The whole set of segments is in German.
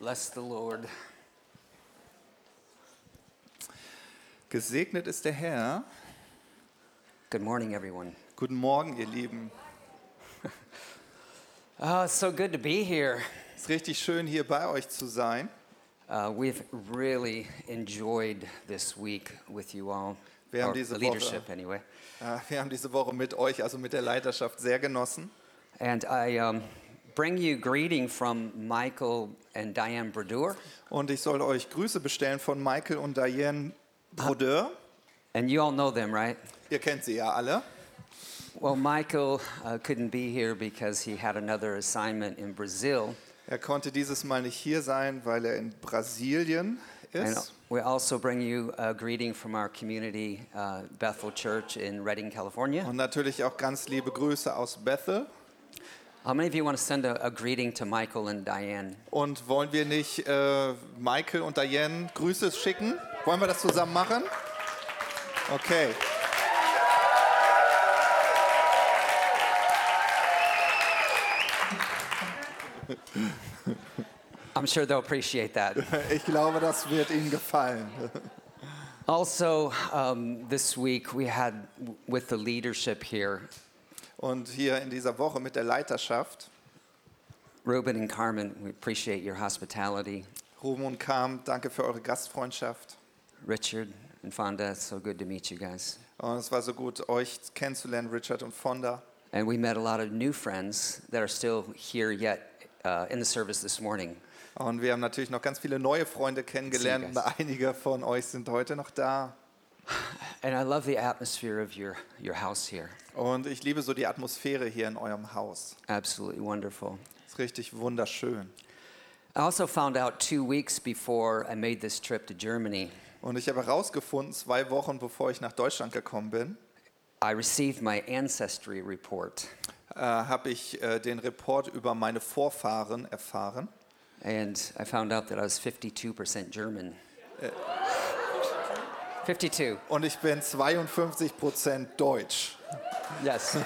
Bless the Lord. Gesegnet ist der Herr. Good morning, everyone. Guten Morgen, ihr Lieben. Oh, it's so good to be here. Es ist richtig schön, hier bei euch zu sein. Uh, we've really enjoyed this week with you all. Wir haben or diese the leadership, Woche- anyway. Äh, Wir haben diese Woche mit euch, also mit der Leiterschaft, sehr genossen. And I um, bring you greeting from Michael and Diane Brodeur. Und ich soll euch Grüße bestellen von Michael und Diane Brodeur. And you all know them, right? Ihr kennt sie ja alle. Well, Michael uh, couldn't be here because he had another assignment in Brazil. Er konnte dieses Mal nicht hier sein, weil er in Brasilien And ist. we also bring you a greeting from our community, uh, Bethel Church in Redding, California. Und natürlich auch ganz liebe Grüße aus Bethel. How many of you want to send a, a greeting to Michael and Diane? Und wollen wir nicht äh, Michael und Diane Grüße schicken? Wollen wir das zusammen machen? Okay. I'm sure they'll appreciate that. Ich glaube, das wird Ihnen gefallen. also, um, this week we had w- with the leadership here, Und hier in dieser Woche mit der Leiterschaft, Ruben and Carmen, we appreciate your hospitality. Ruben und Kam, danke für eure Gastfreundschaft. Richard and Fonda, it's so good to meet you guys. Und es war so gut, euch kennenzulernen, Richard und Fonda. And we met a lot of new friends that are still here yet uh, in the service this morning. Und wir haben natürlich noch ganz viele neue Freunde kennengelernt. See you guys. Einige von euch sind heute noch da. And I love the atmosphere of your, your house here. Und ich liebe so die Atmosphäre hier in eurem Haus. Absolutely wonderful. Ist richtig wunderschön. I also found out two weeks before I made this trip to Germany, Und ich habe herausgefunden, zwei Wochen bevor ich nach Deutschland gekommen bin, I received my ancestry report. äh, habe ich äh, den Report über meine Vorfahren erfahren. And I found out that I was 52% German. 52, Und ich bin 52 Prozent deutsch. yes.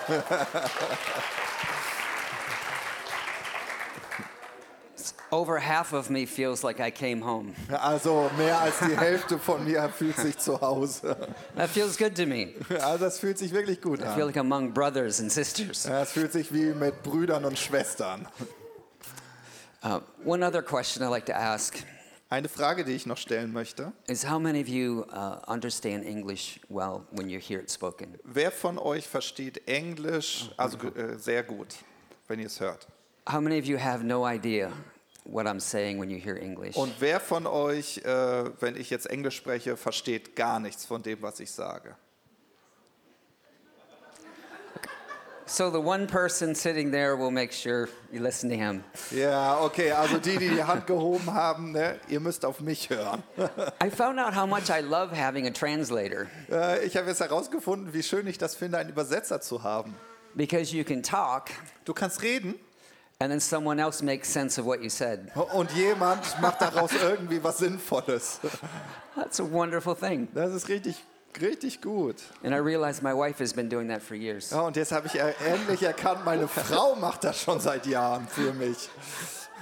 Over half of me feels like I came home. Also mehr als die Hälfte von mir fühlt sich zu Hause. That feels good to me. Also das fühlt sich wirklich gut I feel an. like I'm among brothers and sisters. Es fühlt sich wie mit Brüdern und Schwestern. Uh, one other question I'd like to ask Eine Frage, die ich noch stellen möchte. is how many of you uh, understand English well when you hear it spoken? Wer von euch versteht Englisch also äh, sehr gut, wenn ihr es hört? How many of you have no idea what I'm saying when you hear English? Und wer von euch, äh, wenn ich jetzt Englisch spreche, versteht gar nichts von dem, was ich sage? So the one person sitting there will make sure you listen to him. Ja, okay, also die, die die Hand gehoben haben, ne, ihr müsst auf mich hören. I found out how much I love having a translator Äh, ich habe jetzt herausgefunden, wie schön ich das finde, einen Übersetzer zu haben. because you can talk Du kannst reden and then someone else makes sense of what you said. und jemand macht daraus irgendwie was Sinnvolles. That's a wonderful thing. Das ist richtig, richtig gut. And I realized my wife has been doing that for years. Ja, und jetzt habe ich er- endlich erkannt, meine Frau macht das schon seit Jahren für mich.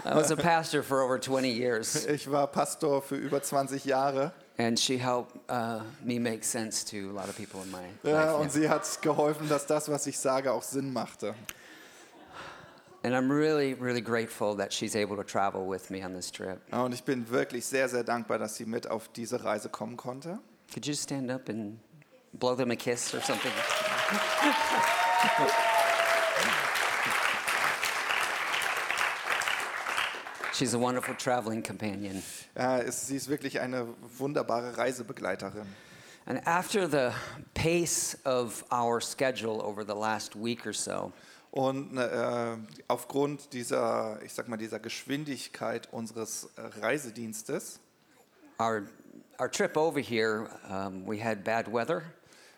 I was a pastor for over 20 years Ich war Pastor für über 20 Jahre and she helped uh, me make sense to a lot of people in my ja, life. äh, und sie hat geholfen, dass das, was ich sage, auch Sinn machte. And I'm really, really grateful that she's able to travel with me on this trip. Ja, Und ich bin wirklich sehr, sehr dankbar, dass sie mit auf diese Reise kommen konnte. Could you stand up and blow them a kiss or something? She's a wonderful traveling companion. Ja, Äh, es, sie ist wirklich eine wunderbare Reisebegleiterin. And after the pace of our schedule over the last week or so, Und äh, aufgrund dieser, ich sag mal, dieser Geschwindigkeit unseres äh, Reisedienstes our, our trip over here, um, we had bad weather.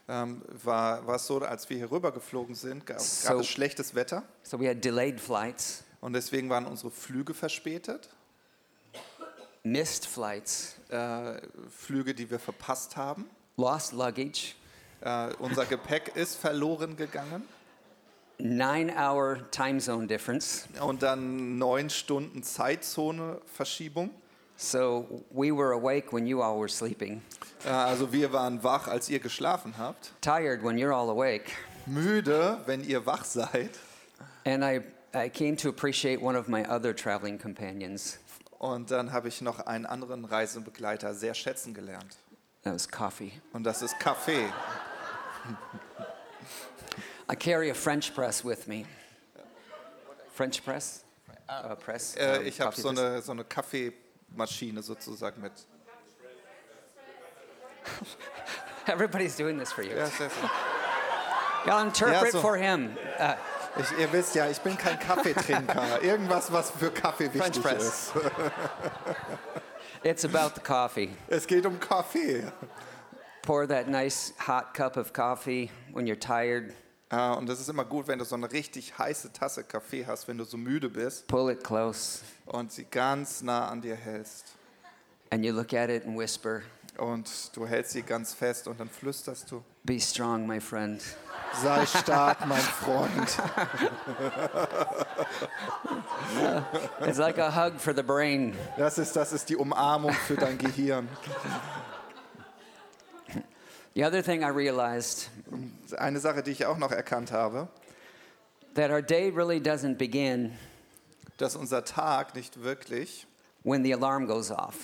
ähm, war, war es so, als wir hier rüber geflogen sind, gab, So- gab es schlechtes Wetter So we had delayed flights, und deswegen waren unsere Flüge verspätet, missed flights, äh, Flüge, die wir verpasst haben. lost luggage, Äh, unser Gepäck ist verloren gegangen nine hour time zone difference. und dann neun Stunden Zeitzone Verschiebung. So we were awake when you all were sleeping, Äh, Also wir waren wach, als ihr geschlafen habt. tired when you're all awake. Müde, wenn ihr wach seid. And I, I came to appreciate one of my other traveling companions. Und dann habe ich noch einen anderen Reisebegleiter sehr schätzen gelernt. That was coffee. Und das ist Kaffee. I carry a French press with me. French press? Uh, press? um, Äh, ich habe coffee so press. eine, so eine Kaffeemaschine sozusagen mit. Everybody's doing this for you. Ja, sehr, sehr. Y'all interpret so- for him. Uh, Ich, ihr wisst ja, ich bin kein Kaffeetrinker. Irgendwas, was für Kaffee French wichtig press. ist. it's about the coffee. Es geht um Kaffee. Pour that nice hot cup of coffee when you're tired. Ah, und das ist immer gut, wenn du so eine richtig heiße Tasse Kaffee hast, wenn du so müde bist Pull it close, und sie ganz nah an dir hältst. and you look at it and whisper, Und du hältst sie ganz fest und dann flüsterst du. "Be strong, my friend." Sei stark, mein Freund. It's like a hug for the brain. Das ist, das ist die Umarmung für dein Gehirn. The other thing I realized Eine Sache, die ich auch noch erkannt habe, that our day really doesn't begin dass unser Tag nicht wirklich when the alarm goes off.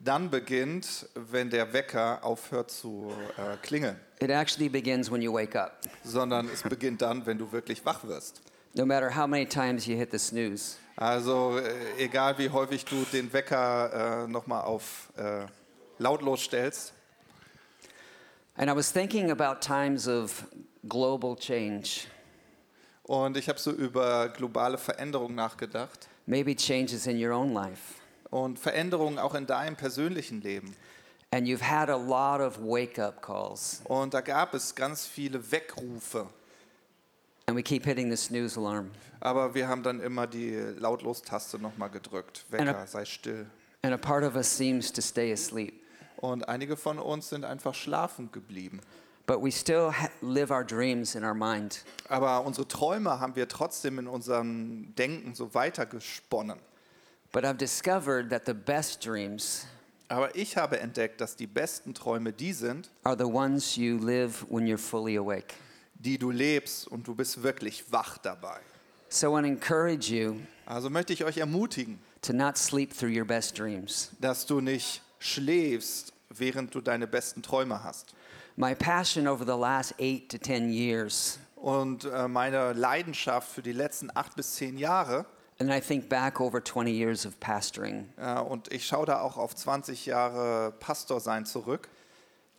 dann beginnt, wenn der Wecker aufhört zu äh, klingeln, It actually begins when you wake up. sondern es beginnt dann, wenn du wirklich wach wirst. No matter how many times you hit the snooze, Also äh, egal wie häufig du den Wecker äh, nochmal auf äh, lautlos stellst. And I was thinking about times of global change, Und ich habe so über globale Veränderungen nachgedacht maybe changes in your own life. und Veränderungen auch in deinem persönlichen Leben. And you've had a lot of wake up calls, Und da gab es ganz viele Weckrufe, and we keep hitting the snooze alarm. aber wir haben dann immer die Lautlos-Taste nochmal gedrückt. Wecker, sei still. And a part of us seems to stay asleep, Und einige von uns sind einfach schlafen geblieben. but we still ha- live our dreams in our mind. Aber unsere Träume haben wir trotzdem in unserem Denken so weitergesponnen. But I've discovered that the best dreams Aber ich habe entdeckt, dass die besten Träume die sind, are the ones you live when you're fully awake. die du lebst und du bist wirklich wach dabei. So I encourage you Also möchte ich euch ermutigen, to not sleep through your best dreams. dass du nicht schläfst, während du deine besten Träume hast. My passion over the last eight to 10 years Und äh, meine Leidenschaft für die letzten acht bis zehn Jahre, And I think back over 20 years of pastoring, äh, und ich schaue da auch auf 20 Jahre Pastorsein zurück,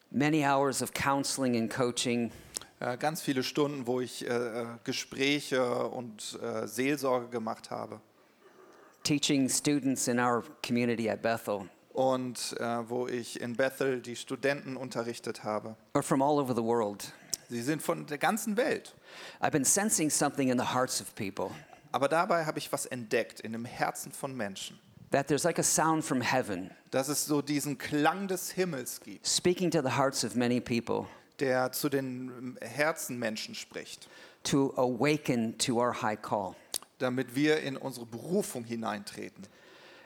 many hours of counseling and coaching, äh, ganz viele Stunden, wo ich äh, Gespräche und äh, Seelsorge gemacht habe. teaching students in our community at Bethel, und äh, wo ich in Bethel die Studenten unterrichtet habe. are from all over the world. Sie sind von der ganzen Welt. I've been sensing something in the hearts of people Aber dabei habe ich was entdeckt in dem Herzen von Menschen, that there's like a sound from heaven dass es so diesen Klang des Himmels gibt, speaking to the hearts of many people der zu den ähm, Herzen Menschen spricht, to awaken to our high call. damit wir in unsere Berufung hineintreten.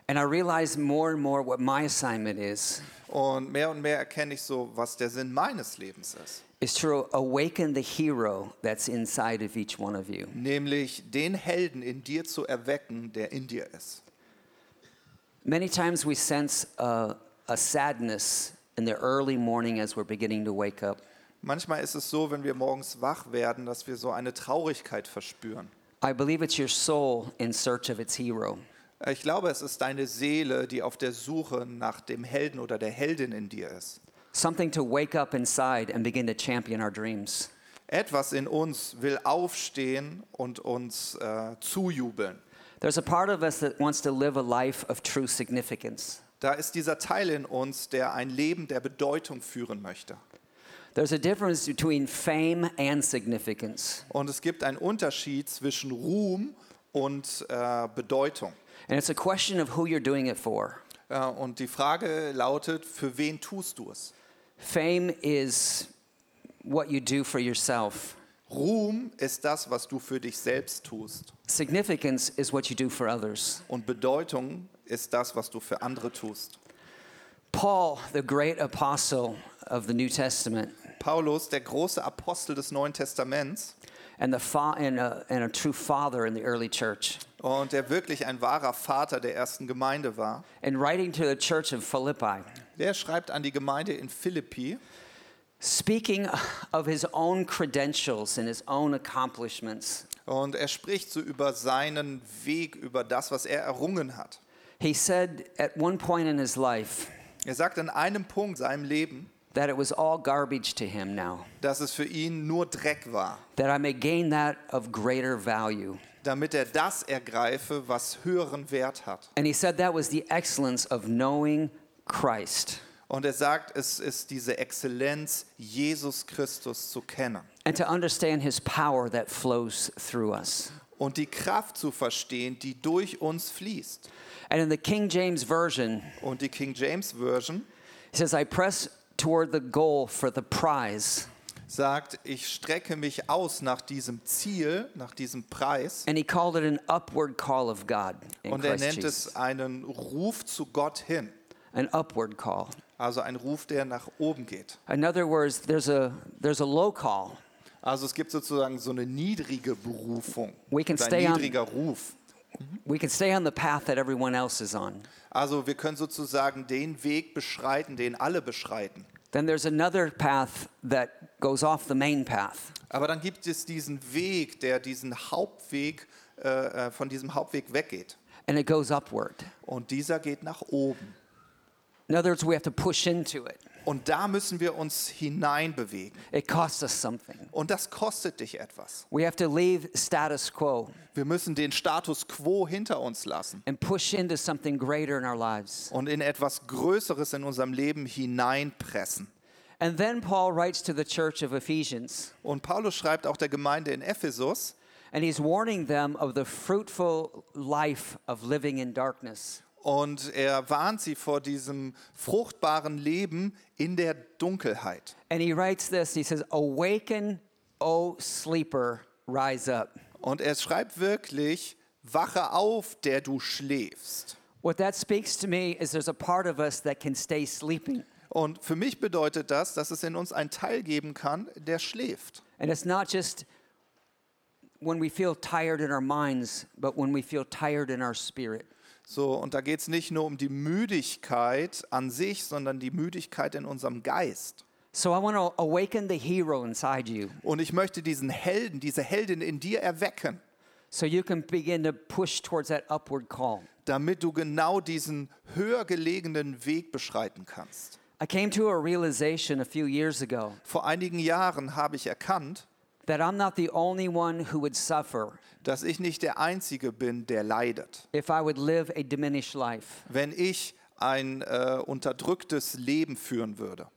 And I realize more and more what my assignment is Und mehr und mehr erkenne ich so, was der Sinn meines Lebens ist. is to awaken the hero that's inside of each one of you. Nämlich den Helden in dir zu erwecken, der in dir ist. Many times we sense a, a sadness in the early morning as we're beginning to wake up. Manchmal ist es so, wenn wir morgens wach werden, dass wir so eine Traurigkeit verspüren. I believe it's your soul in search of its hero. Ich glaube, es ist deine Seele, die auf der Suche nach dem Helden oder der Heldin in dir ist. Something to wake up inside and begin to champion our dreams. Etwas in uns will aufstehen und uns äh, zujubeln. There's a part of us that wants to live a life of true significance. Da ist dieser Teil in uns, der ein Leben der Bedeutung führen möchte. There's a difference between fame and significance, Und es gibt einen Unterschied zwischen Ruhm und äh, Bedeutung. and it's a question of who you're doing it for. Äh, und die Frage lautet, für wen tust du es? Fame is what you do for yourself, Ruhm ist das, was du für dich selbst tust. Significance is what you do for others. Und Bedeutung ist das, was du für andere tust. Paul, the great apostle of the New Testament Paulus, der große Apostel des Neuen Testaments and, the fa- and, a, and a true father in the early church, und der wirklich ein wahrer Vater der ersten Gemeinde war, in writing to the church of Philippi, der schreibt an die Gemeinde in Philippi, speaking of his own credentials and his own accomplishments, Und er spricht so über seinen Weg, über das, was er errungen hat. he said at one point in his life Er sagt an einem Punkt seinem Leben, that it was all garbage to him now, dass es für ihn nur Dreck war, that I may gain that of greater value. damit er das ergreife, was höheren Wert hat. And he said that was the excellence of knowing Christ. Und er sagt, es ist diese Exzellenz, Jesus Christus zu kennen and to understand his power that flows through us. und die Kraft zu verstehen, die durch uns fließt. And in the King James Version, Und die King James Version it says, I press toward the goal for the prize. sagt, ich strecke mich aus nach diesem Ziel, nach diesem Preis. And he called it an upward call of God in Und er Christ nennt Jesus. es einen Ruf zu Gott hin. An upward call. Also ein Ruf, der nach oben geht. In other words, there's a, there's a low call. Also es gibt sozusagen so eine niedrige Berufung, We can so ein stay on- niedriger Ruf. We can stay on the path that everyone else is on. Also wir können sozusagen den Weg beschreiten, den alle beschreiten. Then there's another path that goes off the main path. Aber dann gibt es diesen Weg, der diesen Hauptweg äh, äh, von diesem Hauptweg weggeht. And it goes upward. Und dieser geht nach oben. In other words, we have to push into it. Und da müssen wir uns hineinbewegen. It costs us something. Und das kostet dich etwas. We have to leave status quo. Wir müssen den Status quo hinter uns lassen and push into something greater in our lives. und in etwas Größeres in unserem Leben hineinpressen. And then Paul writes to the church of Ephesians, Und Paulus schreibt auch der Gemeinde in Ephesus and he's warning them of the fruitful life of living in darkness. und er warnt sie vor diesem fruchtbaren Leben in der Dunkelheit. And he writes this he says, Awaken, O sleeper, rise up. Und er schreibt wirklich, wache auf, der du schläfst. What that speaks to me is there's a part of us that can stay sleeping. Und für mich bedeutet das, dass es in uns einen Teil geben kann, der schläft. And it's not just when we feel tired in our minds, but when we feel tired in our spirit. So, und da geht es nicht nur um die Müdigkeit an sich, sondern die Müdigkeit in unserem Geist. So I want to awaken the hero inside you. Und ich möchte diesen Helden, diese Heldin in dir erwecken, So you can begin to push towards that upward call. damit du genau diesen höher gelegenen Weg beschreiten kannst. I came to a realization a few years ago Vor einigen Jahren habe ich erkannt, that I'm not the only one who would suffer dass ich nicht der Einzige bin, der leidet. if I would live a diminished life, Wenn ich ein äh, unterdrücktes Leben führen würde,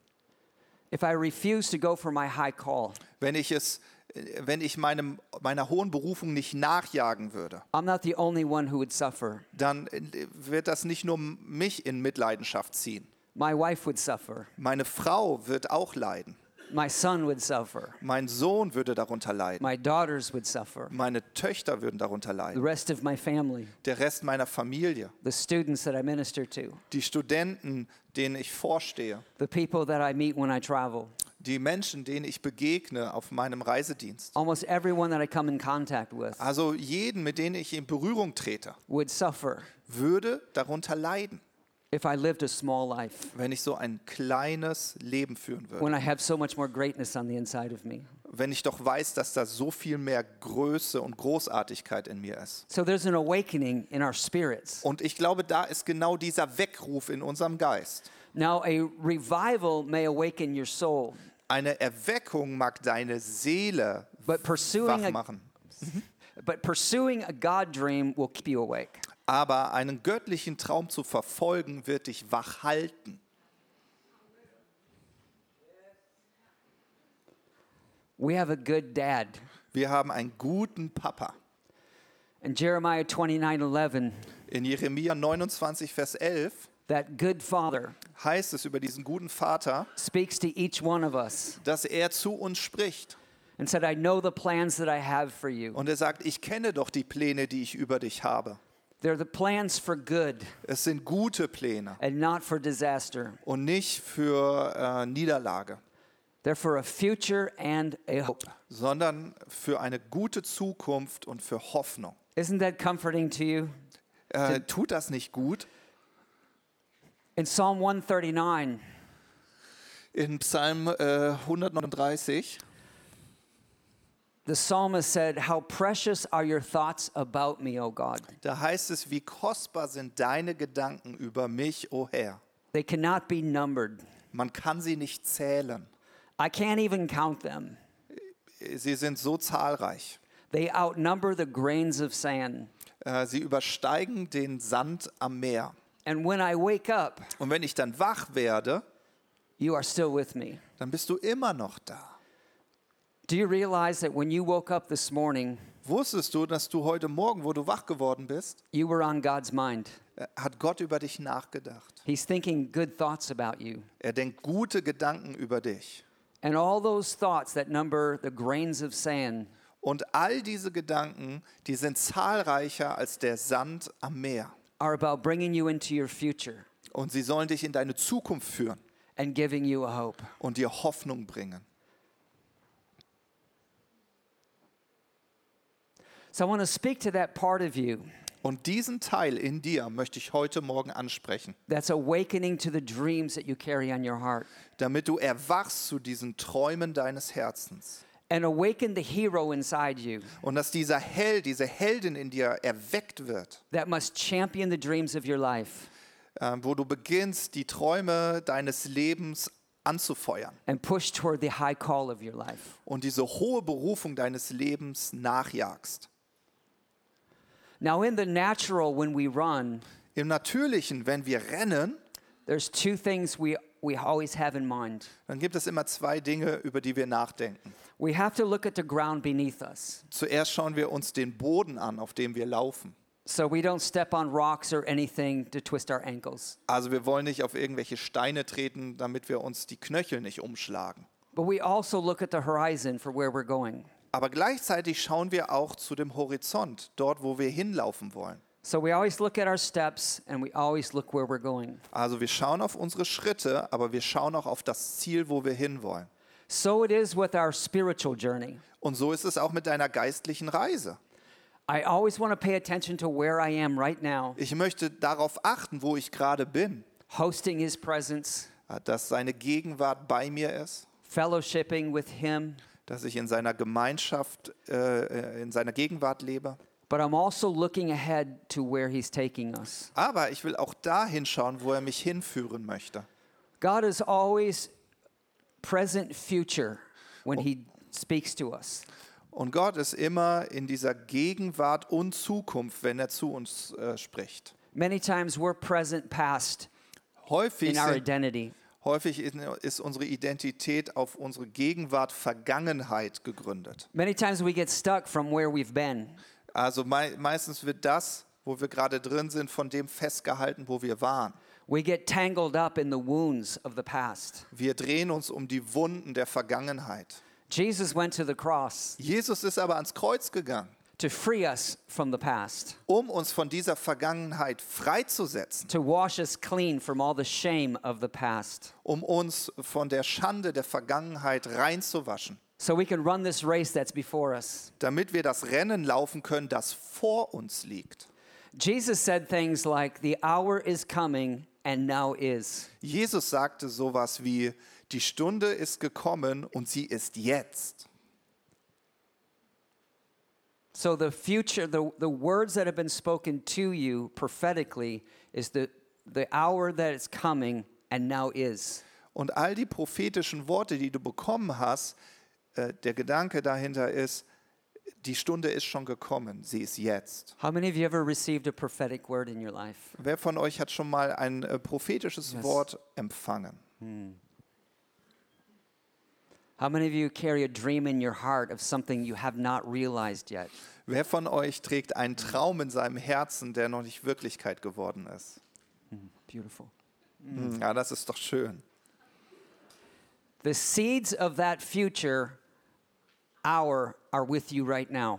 if I refuse to go for my high call. wenn ich es, äh, wenn ich meinem, meiner hohen Berufung nicht nachjagen würde, I'm not the only one who would suffer. dann äh, wird das nicht nur m- mich in Mitleidenschaft ziehen. My wife would suffer. Meine Frau wird auch leiden. My son would suffer. Mein Sohn würde darunter leiden. My daughters would suffer. Meine Töchter würden darunter The leiden. rest of my family, Der Rest meiner Familie, the students that I minister to, die Studenten, denen ich vorstehe, the people that I meet when I travel, die Menschen, denen ich begegne auf meinem Reisedienst. almost everyone that I come in contact with Also jeden, mit dem ich in Berührung trete, would suffer würde darunter leiden, if I lived a small life. wenn ich so ein kleines Leben führen würde. when I have so much more greatness on the inside of me. Wenn ich doch weiß, dass da so viel mehr Größe und Großartigkeit in mir ist. So there's an awakening in our spirits. Und ich glaube, da ist genau dieser Weckruf in unserem Geist. Now, a revival may awaken your soul, Eine Erweckung mag deine Seele but pursuing, wach a, machen. but pursuing a God dream will keep you awake. Aber einen göttlichen Traum zu verfolgen, wird dich wach halten. We have a good dad. Wir haben einen guten Papa. In Jeremiah 29:11, In Jeremia 29, Vers 11 that good father heißt es über diesen guten Vater, speaks to each one of us. dass er zu uns spricht. and said, I know the plans that I have for you. Und er sagt, ich kenne doch die Pläne, die ich über dich habe. They're the plans for good Es sind gute Pläne and not for disaster. und nicht für äh, Niederlage, They're for a future and a hope. sondern für eine gute Zukunft und für Hoffnung. Isn't that comforting to you? Äh, tut das nicht gut? In Psalm 139, In Psalm äh, 139, the psalmist said, How precious are your thoughts about me, O God. da heißt es, wie kostbar sind deine Gedanken über mich, o Herr. They cannot be numbered. Man kann sie nicht zählen. I can't even count them. Sie sind so zahlreich. They outnumber the grains of sand. Äh, Sie übersteigen den Sand am Meer. And when I wake up, Und wenn ich dann wach werde, you are still with me. dann bist du immer noch da. Do you realize that when you woke up this morning, Wusstest du, dass du heute Morgen, wo du wach geworden bist, you were on God's mind? äh, hat Gott über dich nachgedacht. He's thinking good thoughts about you. Er denkt gute Gedanken über dich. And all those thoughts that number the grains of sand, Und all diese Gedanken, die sind zahlreicher als der Sand am Meer. are about bringing you into your future Und sie sollen dich in deine Zukunft führen and giving you a hope. und dir Hoffnung bringen. So I want to speak to that part of you Und diesen Teil in dir möchte ich heute Morgen ansprechen, that's awakening to the dreams that you carry on your heart damit du erwachst zu diesen Träumen deines Herzens. and awaken the hero inside you Und dass dieser Held, diese Heldin in dir erweckt wird, that must champion the dreams of your life äh, wo du beginnst, die Träume deines Lebens anzufeuern and push toward the high call of your life. und diese hohe Berufung deines Lebens nachjagst. Now, in the natural, when we run, Im Natürlichen, wenn wir rennen, there's two things we, we always have in mind. dann gibt es immer zwei Dinge, über die wir nachdenken. We have to look at the ground beneath us Zuerst schauen wir uns den Boden an, auf dem wir laufen. so we don't step on rocks or anything to twist our ankles. Also wir wollen nicht auf irgendwelche Steine treten, damit wir uns die Knöchel nicht umschlagen. But we also look at the horizon for where we're going. Aber gleichzeitig schauen wir auch zu dem Horizont, dort, wo wir hinlaufen wollen. So we always look at our steps and we always look where we're going. Also wir schauen auf unsere Schritte, aber wir schauen auch auf das Ziel, wo wir hinwollen. So it is with our spiritual journey. Und so ist es auch mit deiner geistlichen Reise. I always want to pay attention to where I am right now, Ich möchte darauf achten, wo ich gerade bin, äh, hosting his presence, dass seine Gegenwart bei mir ist, fellowshipping with him, dass ich in seiner Gemeinschaft, äh, in seiner Gegenwart lebe. but I'm also looking ahead to where he's taking us. Aber ich will auch da hinschauen, wo er mich hinführen möchte. God is always present future when he speaks to us. Und Gott ist immer in dieser Gegenwart und Zukunft, wenn er zu uns äh, spricht. Many times we're present past Häufig, in our sind, identity. häufig ist- ist unsere Identität auf unsere Gegenwart Vergangenheit gegründet. Many times we get stuck from where we've been. Also mei meistens wird das, wo wir gerade drin sind, von dem festgehalten, wo wir waren. We get tangled up in the wounds of the past. Wir drehen uns um die Wunden der Vergangenheit. Jesus went to the cross Jesus ist aber ans Kreuz gegangen, to free us from the past, um uns von dieser Vergangenheit freizusetzen, to wash us clean from all the shame of the past, um uns von der Schande der Vergangenheit reinzuwaschen, so we can run this race that's before us. damit wir das Rennen laufen können, das vor uns liegt. Jesus said things like, The hour is coming and now is. Jesus sagte sowas wie, die Stunde ist gekommen und sie ist jetzt. So the future, the, the words that have been spoken to you prophetically is the, the hour that is coming and now is. Und all die prophetischen Worte, die du bekommen hast, äh, der Gedanke dahinter ist, die Stunde ist schon gekommen, sie ist jetzt. How many of you ever received a prophetic word in your life? Wer von euch hat schon mal ein äh, prophetisches Wort empfangen? How many of you carry a dream in your heart of something you have not realized yet? Wer von euch trägt einen Traum in seinem Herzen, der noch nicht Wirklichkeit geworden ist? Beautiful. Hm, Ja, das ist doch schön. The seeds of that future hour are with you right now.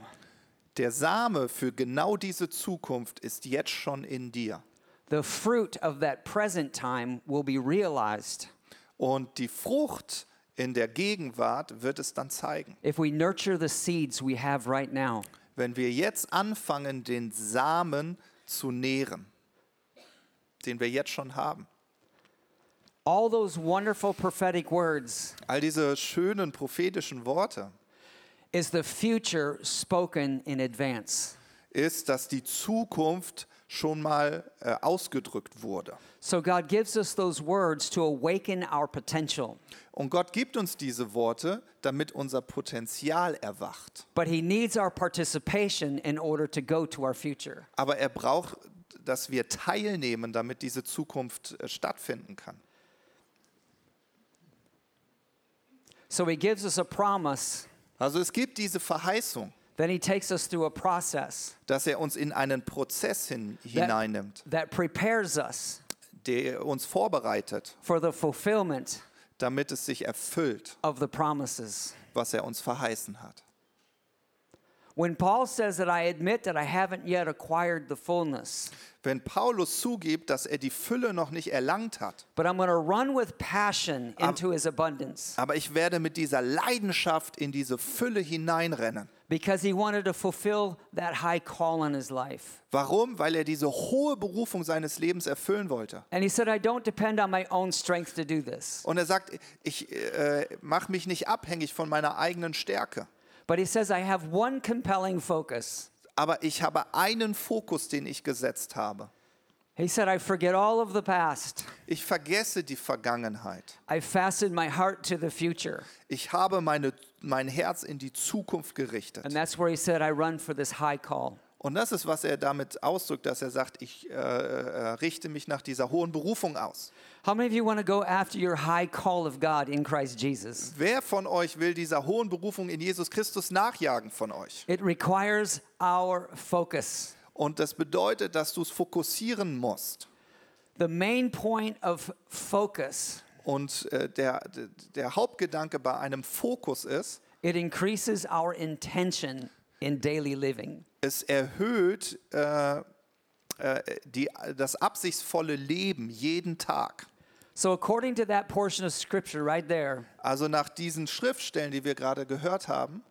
Der Same für genau diese Zukunft ist jetzt schon in dir. The fruit of that present time will be realized Und die Frucht in der Gegenwart wird es dann zeigen. if we nurture the seeds we have right now. Wenn wir jetzt anfangen, den Samen zu nähren, den wir jetzt schon haben. All those wonderful prophetic words All diese schönen prophetischen Worte is the future spoken in advance. ist, dass die Zukunft schon mal äh, ausgedrückt wurde. So God gives us those words to awaken our potential, Und Gott gibt uns diese Worte, damit unser Potenzial erwacht. but He needs our participation in order to go to our future. Aber er braucht, dass wir teilnehmen, damit diese Zukunft äh, stattfinden kann. So He gives us a promise, Also es gibt diese Verheißung, then He takes us through a process dass er uns in einen Prozess hin, that- hineinnimmt, that prepares us der uns vorbereitet, for the fulfillment damit es sich erfüllt, of the promises. was er uns verheißen hat. When Paul says that I admit that I haven't yet acquired the fullness, Wenn Paulus zugibt, dass er die Fülle noch nicht erlangt hat, but I'm going to run with passion into his abundance aber ich werde mit dieser Leidenschaft in diese Fülle hineinrennen. because he wanted to fulfill that high call on his life. Warum? Weil er diese hohe Berufung seines Lebens erfüllen wollte. And he said, I don't depend on my own strength to do this. Und er sagt, ich äh, mache mich nicht abhängig von meiner eigenen Stärke, But he says, I have one compelling focus. aber ich habe einen Fokus, den ich gesetzt habe. He said, I forget all of the past. Ich vergesse die Vergangenheit. I fasten my heart to the future. Ich habe meine, mein Herz in die Zukunft gerichtet. And that's where he said, I run for this high call. Und das ist, was er damit ausdrückt, dass er sagt, ich äh, äh, richte mich nach dieser hohen Berufung aus. How many of you want to go after your high call of God in Christ Jesus? Wer von euch will dieser hohen Berufung in Jesus Christus nachjagen von euch? It requires our focus. Und das bedeutet, dass du es fokussieren musst. The main point of focus, Und äh, der, der- der Hauptgedanke bei einem Fokus ist, it increases our intention in daily living. es erhöht äh, äh, die, das absichtsvolle Leben jeden Tag. So according to that portion of scripture right there, Also nach diesen Schriftstellen, die wir gerade gehört haben,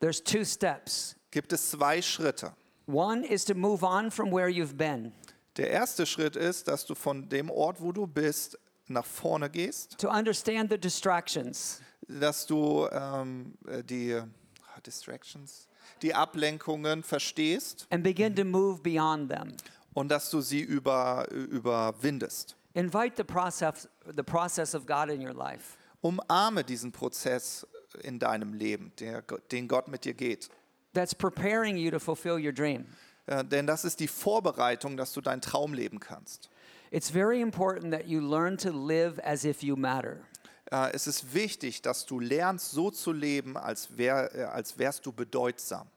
there's two steps. gibt es zwei Schritte. One is to move on from where you've been, Der erste Schritt ist, dass du von dem Ort, wo du bist, nach vorne gehst, to understand the distractions, dass du ähm, äh, die ah, Distractions, die Ablenkungen verstehst and begin to move beyond them. und dass du sie über, überwindest. Invite the process, the process of God in your life. Umarme diesen Prozess in deinem Leben, der, den Gott mit dir geht. That's preparing you to fulfill your dream. Äh, denn das ist die Vorbereitung, dass du deinen Traum leben kannst. It's very important that you learn to live as if you matter. Äh, es ist wichtig, dass du lernst, so zu leben, als, wär, äh, als wärst du bedeutsam.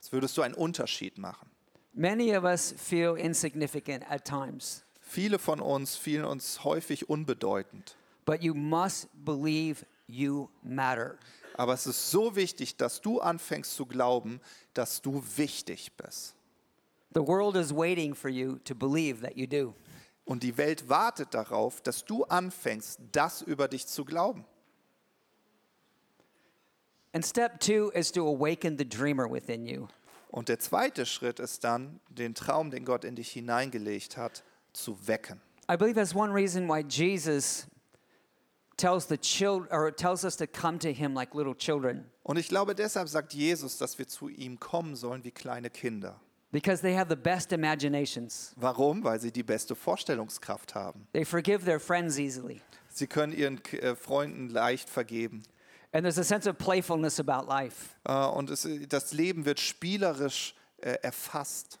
Als würdest du einen Unterschied machen. Many of us feel insignificant at times, Viele von uns fühlen uns häufig unbedeutend. but you must believe you matter. Aber es ist so wichtig, dass du anfängst zu glauben, dass du wichtig bist. The world is waiting for you to believe that you do. Und die Welt wartet darauf, dass du anfängst, das über dich zu glauben. And step two is to awaken the dreamer within you. Und der zweite Schritt ist dann, den Traum, den Gott in dich hineingelegt hat, zu wecken. I believe that's one reason why Jesus tells the child or tells us to come to him like little children Und ich glaube, deshalb sagt Jesus, dass wir zu ihm kommen sollen wie kleine Kinder. because they have the best imaginations. Warum? Weil sie die beste Vorstellungskraft haben. They forgive their friends easily. Sie können ihren K- äh, Freunden leicht vergeben. And there's a sense of playfulness about life. Äh, Und es, das Leben wird spielerisch äh, erfasst.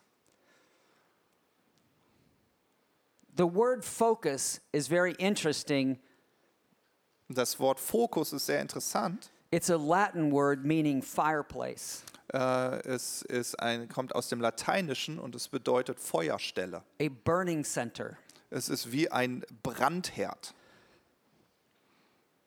The word focus is very interesting Und Das Wort Fokus ist sehr interessant. It's a Latin word meaning fireplace, Äh, Es ist ein, kommt aus dem Lateinischen und es bedeutet Feuerstelle. a burning center. Es ist wie ein Brandherd.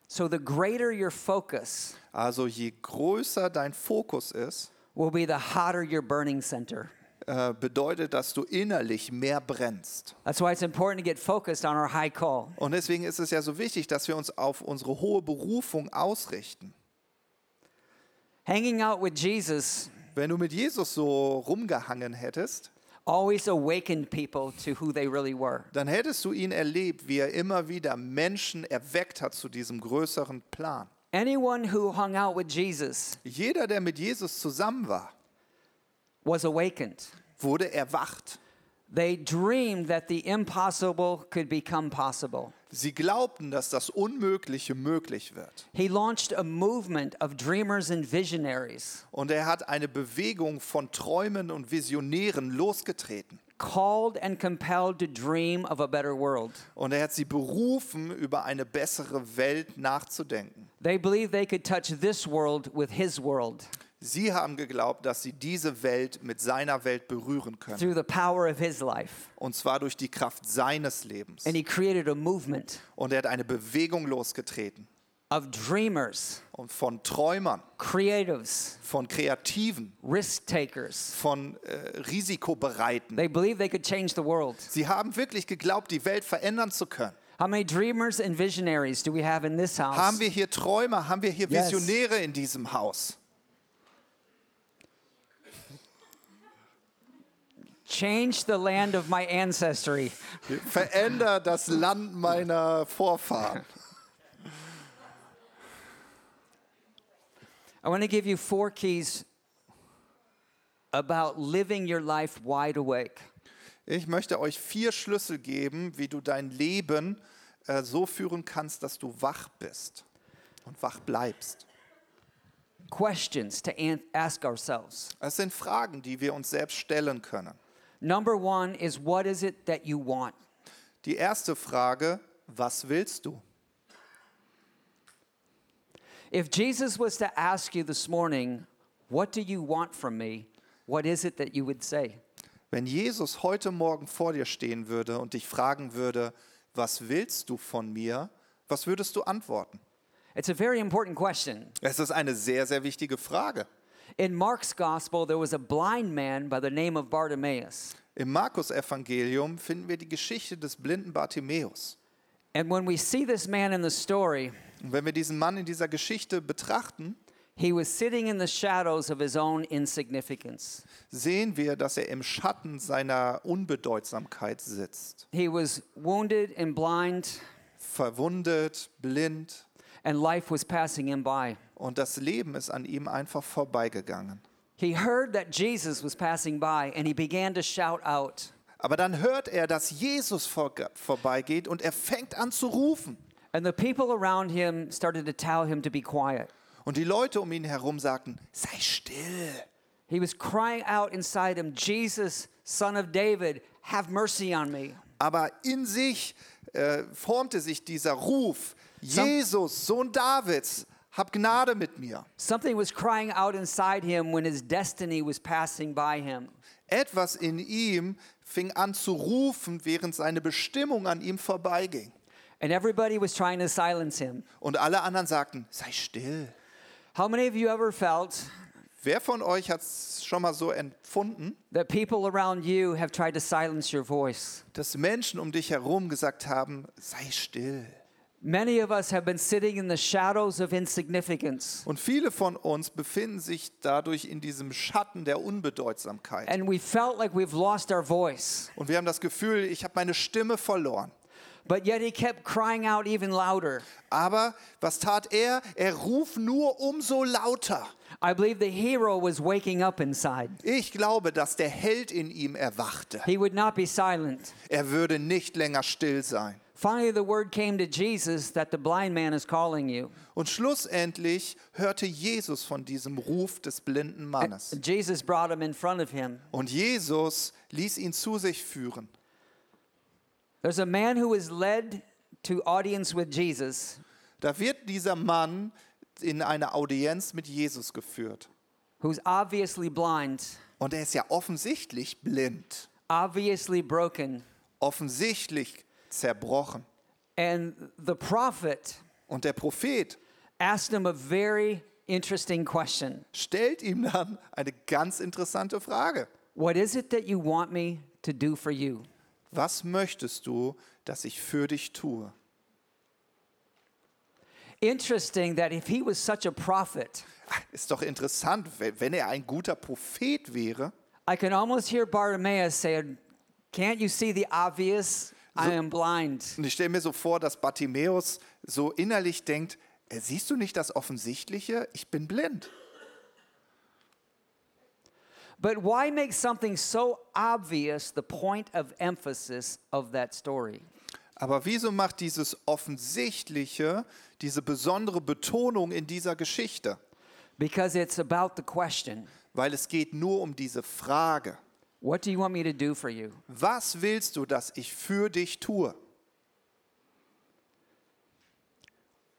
So the greater your focus Also je größer dein Fokus ist, will be the hotter your burning center. äh, bedeutet, dass du innerlich mehr brennst. That's why it's important to get focused on our high call. Und deswegen ist es ja so wichtig, dass wir uns auf unsere hohe Berufung ausrichten. Hanging out with Jesus Wenn du mit Jesus so rumgehangen hättest, always awakened people to who they really were. dann hättest du ihn erlebt, wie er immer wieder Menschen erweckt hat zu diesem größeren Plan. Anyone who hung out with Jesus Jeder, der mit Jesus zusammen war, was awakened. wurde erwacht. They dreamed that the impossible could become possible. Sie glaubten, dass das Unmögliche möglich wird. He launched a movement of dreamers and visionaries Und er hat eine Bewegung von Träumen und Visionären losgetreten. called and compelled to dream of a better world. Und er hat sie berufen, über eine bessere Welt nachzudenken. They believed they could touch this world with his world Sie haben geglaubt, dass sie diese Welt mit seiner Welt berühren können. through the power of his life. Und zwar durch die Kraft seines Lebens. And he created a movement Und er hat eine Bewegung losgetreten. of dreamers, Und von Träumern, creatives, von Kreativen, risk takers. von äh, Risikobereiten. They believed they could change the world. Sie haben wirklich geglaubt, die Welt verändern zu können. How many dreamers and visionaries do we have in this house? Haben wir hier Träumer, haben wir hier Yes. Visionäre in diesem Haus? Change the land of my ancestry. Veränder das Land meiner Vorfahren. I want to give you four keys about living your life wide awake. Ich möchte euch vier Schlüssel geben, wie du dein Leben äh, so führen kannst, dass du wach bist und wach bleibst. Questions to an- ask ourselves. Es sind Fragen, die wir uns selbst stellen können. Number one is what is it that you want? Die erste Frage, was willst du? If Jesus was to ask you this morning, what do you want from me? What is it that you would say? Wenn Jesus heute Morgen vor dir stehen würde und dich fragen würde, was willst du von mir, was würdest du antworten? It's a very important question. Es ist eine sehr, sehr wichtige Frage. In Mark's gospel, there was a blind man by the name of Bartimaeus. Im Markus-Evangelium finden wir die Geschichte des blinden Bartimäus. And when we see this man in the story, Und wenn wir diesen Mann in dieser Geschichte betrachten, he was sitting in the shadows of his own insignificance. sehen wir, dass er im Schatten seiner Unbedeutsamkeit sitzt. He was wounded and blind, Verwundet, blind and life was passing him by. und das Leben ist an ihm einfach vorbeigegangen. He heard that Jesus was passing by, and he began to shout out. Aber dann hört er, dass Jesus vor, vorbeigeht und er fängt an zu rufen. And the people around him started to tell him to be quiet. Und die Leute um ihn herum sagten, sei still. He was crying out inside him, Jesus, son of David, have mercy on me. Aber in sich äh, formte sich dieser Ruf, Jesus, Sohn Davids, hab Gnade mit mir. Something was crying out inside him when his destiny was passing by him. Etwas in ihm fing an zu rufen, während seine Bestimmung an ihm vorbeiging. And everybody was trying to silence him. Und alle anderen sagten, sei still. How many of you ever felt Wer von euch hat es schon mal so empfunden, that people around you have tried to silence your voice? dass Menschen um dich herum gesagt haben, sei still? Many of us have been sitting in the shadows of insignificance, Und viele von uns befinden sich dadurch in diesem Schatten der Unbedeutsamkeit. and we felt like we've lost our voice. Und wir haben das Gefühl, ich habe meine Stimme verloren. But yet he kept crying out even louder. Aber was tat er? Er ruft nur umso lauter. I believe the hero was waking up inside. Ich glaube, dass der Held in ihm erwachte. He would not be silent. Er würde nicht länger still sein. Finally, the word came to Jesus that the blind man is calling you. Und schlussendlich hörte Jesus von diesem Ruf des blinden Mannes. Jesus brought him in front of him. Und Jesus ließ ihn zu sich führen. There's a man who is led to audience with Jesus, Da wird dieser Mann in eine Audienz mit Jesus geführt. who's obviously blind, Und er ist ja offensichtlich blind, obviously broken. offensichtlich zerbrochen. And the prophet Und der Prophet asked him a very interesting question stellt ihm dann eine ganz interessante Frage. What is it that you want me to do for you? Was möchtest du, dass ich für dich tue? Interesting that if he was such a prophet, Ist doch interessant, we- wenn er ein guter Prophet wäre, I can almost hear Bartimaeus saying, Can't you see the obvious? I am blind. und ich stelle mir so vor, dass Bartimäus so innerlich denkt, "Äh, siehst du nicht das Offensichtliche? Ich bin blind. But why make something so obvious the point of emphasis of that story? Aber wieso macht dieses Offensichtliche diese besondere Betonung in dieser Geschichte? Because it's about the question Weil es geht nur um diese Frage. What do you want me to do for you? Was willst du, dass ich für dich tue?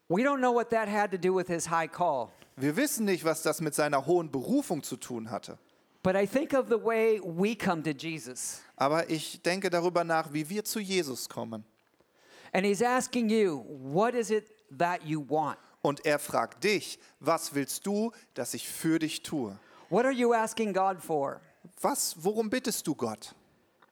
We don't know what that had to do with his high call, Wir wissen nicht, was das mit seiner hohen Berufung zu tun hatte. but I think of the way we come to Jesus. Aber ich denke darüber nach, wie wir zu Jesus kommen. And he's asking you, What is it that you want? Und er fragt dich, was willst du, dass ich für dich tue? What are you asking God for? Was, worum bittest du Gott?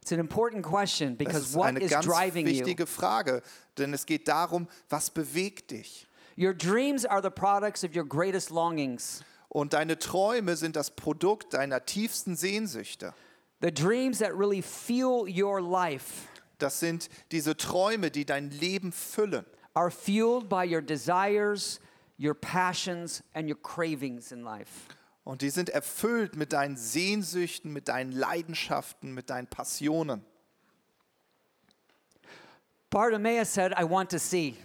It's an important question Das because ist what eine is ganz driving you? wichtige Frage, denn es geht darum, was bewegt dich? Your dreams are the products of your greatest longings. Und deine Träume sind das Produkt deiner tiefsten Sehnsüchte. The dreams that really fuel your life Das sind diese Träume, die dein Leben füllen. are fueled by your desires, your passions, and your cravings in life. Und die sind erfüllt mit deinen Sehnsüchten, mit deinen Leidenschaften, mit deinen Passionen. Bartimaeus said, I want to see.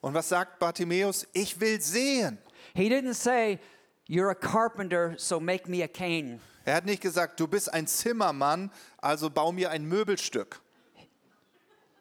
Und was sagt Bartimäus? Ich will sehen. He didn't say, You're a carpenter, so make me a cane. Er hat nicht gesagt, du bist ein Zimmermann, also bau mir ein Möbelstück.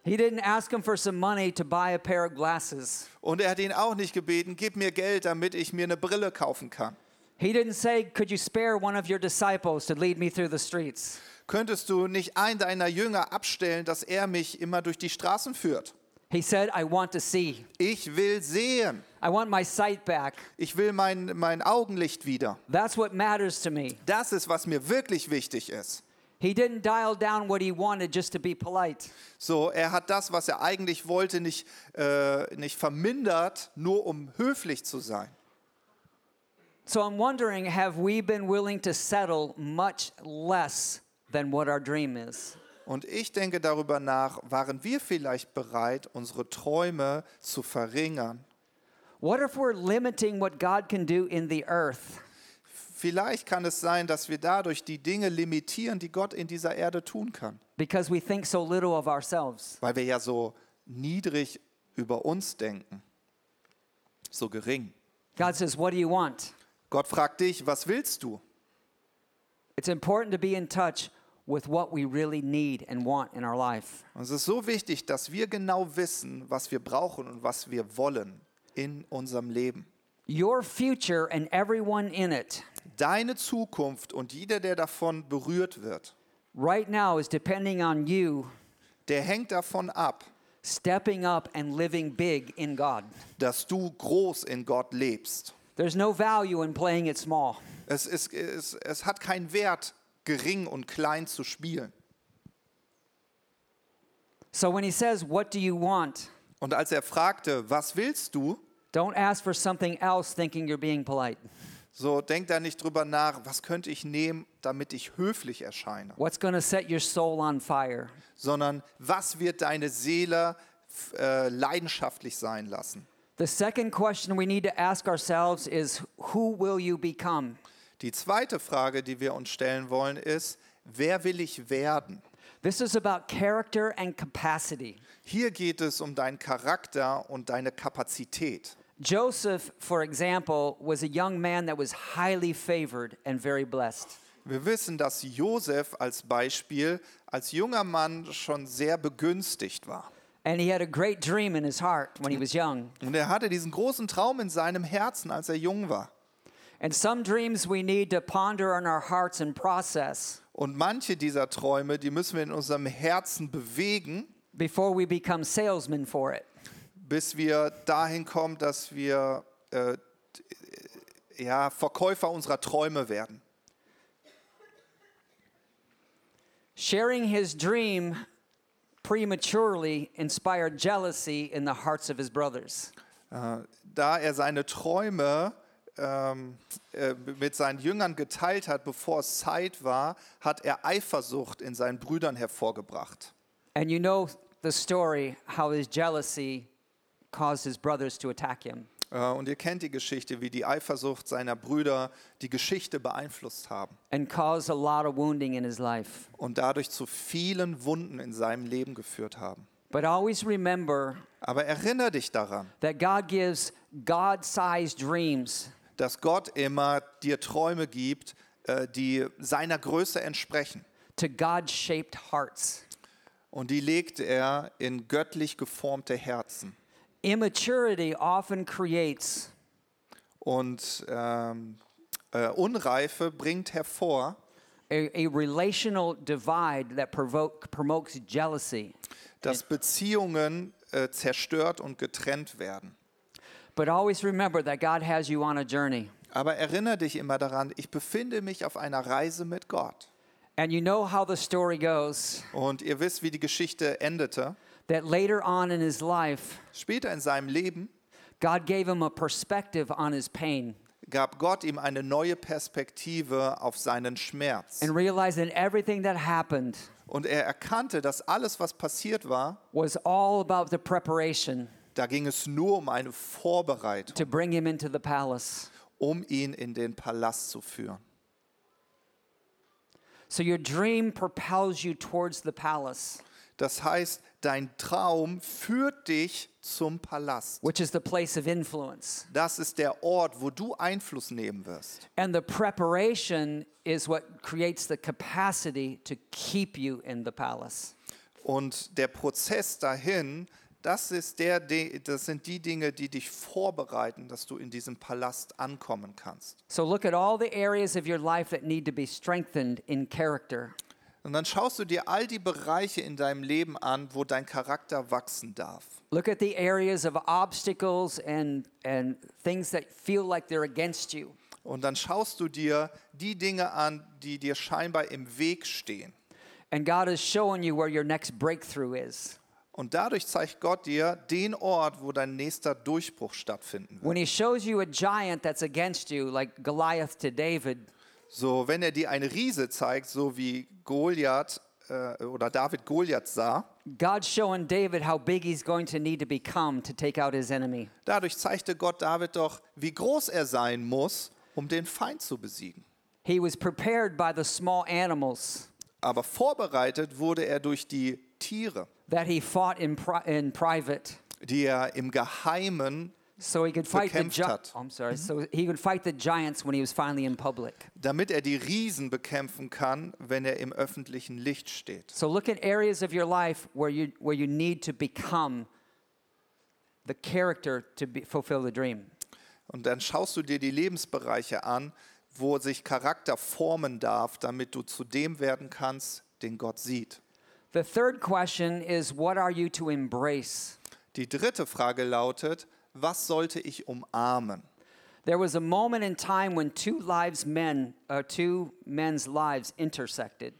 He didn't ask him for some money to buy a pair of glasses. Und er hat ihn auch nicht gebeten, gib mir Geld, damit ich mir eine Brille kaufen kann. He didn't say, Could you spare one of your disciples to lead me through the streets? Könntest du nicht einen deiner Jünger abstellen, dass er mich immer durch die Straßen führt? He said, I want to see. Ich will sehen. I want my sight back. Ich will mein, mein Augenlicht wieder. That's what matters to me. Das ist, was mir wirklich wichtig ist. He didn't dial down what he wanted just to be polite. So, er hat das, was er eigentlich wollte, nicht, äh, nicht vermindert, nur um höflich zu sein. So I'm wondering have we been willing to settle much less than what our dream is? Und ich denke darüber nach, waren wir vielleicht bereit, unsere Träume zu verringern? What if we're limiting what God can do in the earth? Vielleicht kann es sein, dass wir dadurch die Dinge limitieren, die Gott in dieser Erde tun kann, Because we think so little of ourselves. weil wir ja so niedrig über uns denken, so gering. God says, What do you want? Gott fragt dich, was willst du? It's important to be in touch with what we really need and want in our life. Und es ist so wichtig, dass wir genau wissen, was wir brauchen und was wir wollen in unserem Leben. Your future and everyone in it Deine Zukunft und jeder, der davon berührt wird, right now is depending on you der hängt davon ab, stepping up and living big in God. dass du groß in Gott lebst. There's no value in playing it small. Es, ist, es, es hat keinen Wert, gering und klein zu spielen. So when he says, What do you want? Und als er fragte, was willst du, Don't ask for something else thinking you're being polite. so denk da nicht drüber nach, was könnte ich nehmen, damit ich höflich erscheine, What's going to set your soul on fire? sondern was wird deine Seele f- äh, leidenschaftlich sein lassen. The second question we need to ask ourselves is who will you become? Die zweite Frage, die wir uns stellen wollen, ist, wer will ich werden? This is about character and capacity. Hier geht es um deinen Charakter und deine Kapazität. Joseph, for example, was a young man that was highly favored and very blessed. Wir wissen, dass Josef als Beispiel als junger Mann schon sehr begünstigt war. And he had a great dream in his heart when he was young. Und er hatte diesen großen Traum in seinem Herzen, als er jung war. And some dreams we need to ponder on our hearts and process Und manche dieser Träume, die müssen wir in unserem Herzen bewegen, before we become salesmen for it. bis wir dahin kommen, dass wir äh, t- ja, Verkäufer unserer Träume werden. Sharing his dream prematurely inspired jealousy in the hearts of his brothers. Äh, da er seine Träume ähm, äh, mit seinen Jüngern geteilt hat, bevor es Zeit war, hat er Eifersucht in seinen Brüdern hervorgebracht. And you know the story how his jealousy caused his brothers to attack him. Äh, und ihr kennt die Geschichte, wie die Eifersucht seiner Brüder die Geschichte beeinflusst haben and caused a lot of wounding in his life. und dadurch zu vielen Wunden in seinem Leben geführt haben. But always remember Aber erinnere dich daran, that God gives God sized dreams dass Gott immer dir Träume gibt, äh, die seiner Größe entsprechen. to God shaped hearts. Und die legt er in göttlich geformte Herzen. Immaturity often creates Und ähm, äh, Unreife bringt hervor, a, a relational divide that provoke, promotes jealousy. dass Beziehungen äh, zerstört und getrennt werden. But always remember that God has you on a journey. Aber erinnere dich immer daran, ich befinde mich auf einer Reise mit Gott. And you know how the story goes Und ihr wisst, wie die Geschichte endete. that later on in his life, Später in seinem Leben God gave him a perspective on his pain gab Gott ihm eine neue Perspektive auf seinen Schmerz. and realized that everything that happened Und er erkannte, dass alles, was passiert war, was all about the preparation da ging es nur um eine Vorbereitung, to bring him into the palace. um ihn in den Palast zu führen. So your dream propels you towards the palace, Das heißt, dein Traum führt dich zum Palast. which is the place of influence. Das ist der Ort, wo du Einfluss nehmen wirst. And the preparation is what creates the capacity to keep you in the palace. Und der Prozess dahin, das, ist der, De- das sind die Dinge, die dich vorbereiten, dass du in diesem Palast ankommen kannst. So look at all the areas of your life that need to be strengthened in character. Und dann schaust du dir all die Bereiche in deinem Leben an, wo dein Charakter wachsen darf. Look at the areas of obstacles and, and things that feel like they're against you. Und dann schaust du dir die Dinge an, die dir scheinbar im Weg stehen. And God is showing you where your next breakthrough is. Und dadurch zeigt Gott dir den Ort, wo dein nächster Durchbruch stattfinden wird. When he shows you a giant that's against you, like Goliath to David, So, wenn er dir eine Riese zeigt, so wie Goliath äh, oder David Goliath sah, God's showing David how big he's going to need to become to take out his enemy. dadurch zeigte Gott David doch, wie groß er sein muss, um den Feind zu besiegen. He was prepared by the small animals Aber vorbereitet wurde er durch die Tiere, that he fought in, pri- in private, die er im Geheimen, so he could fight the Bekämpft gi- hat. I'm sorry. So he could fight the giants when he was finally in public. damit er die Riesen bekämpfen kann, wenn er im öffentlichen Licht steht. So look at areas of your life where you where you need to become the character to be, fulfill the dream. Und dann schaust du dir die Lebensbereiche an, wo sich Charakter formen darf, damit du zu dem werden kannst, den Gott sieht. The third question is what are you to embrace? Die dritte Frage lautet, was sollte ich umarmen? There was a moment in time when two lives men, uh, two men's lives intersected.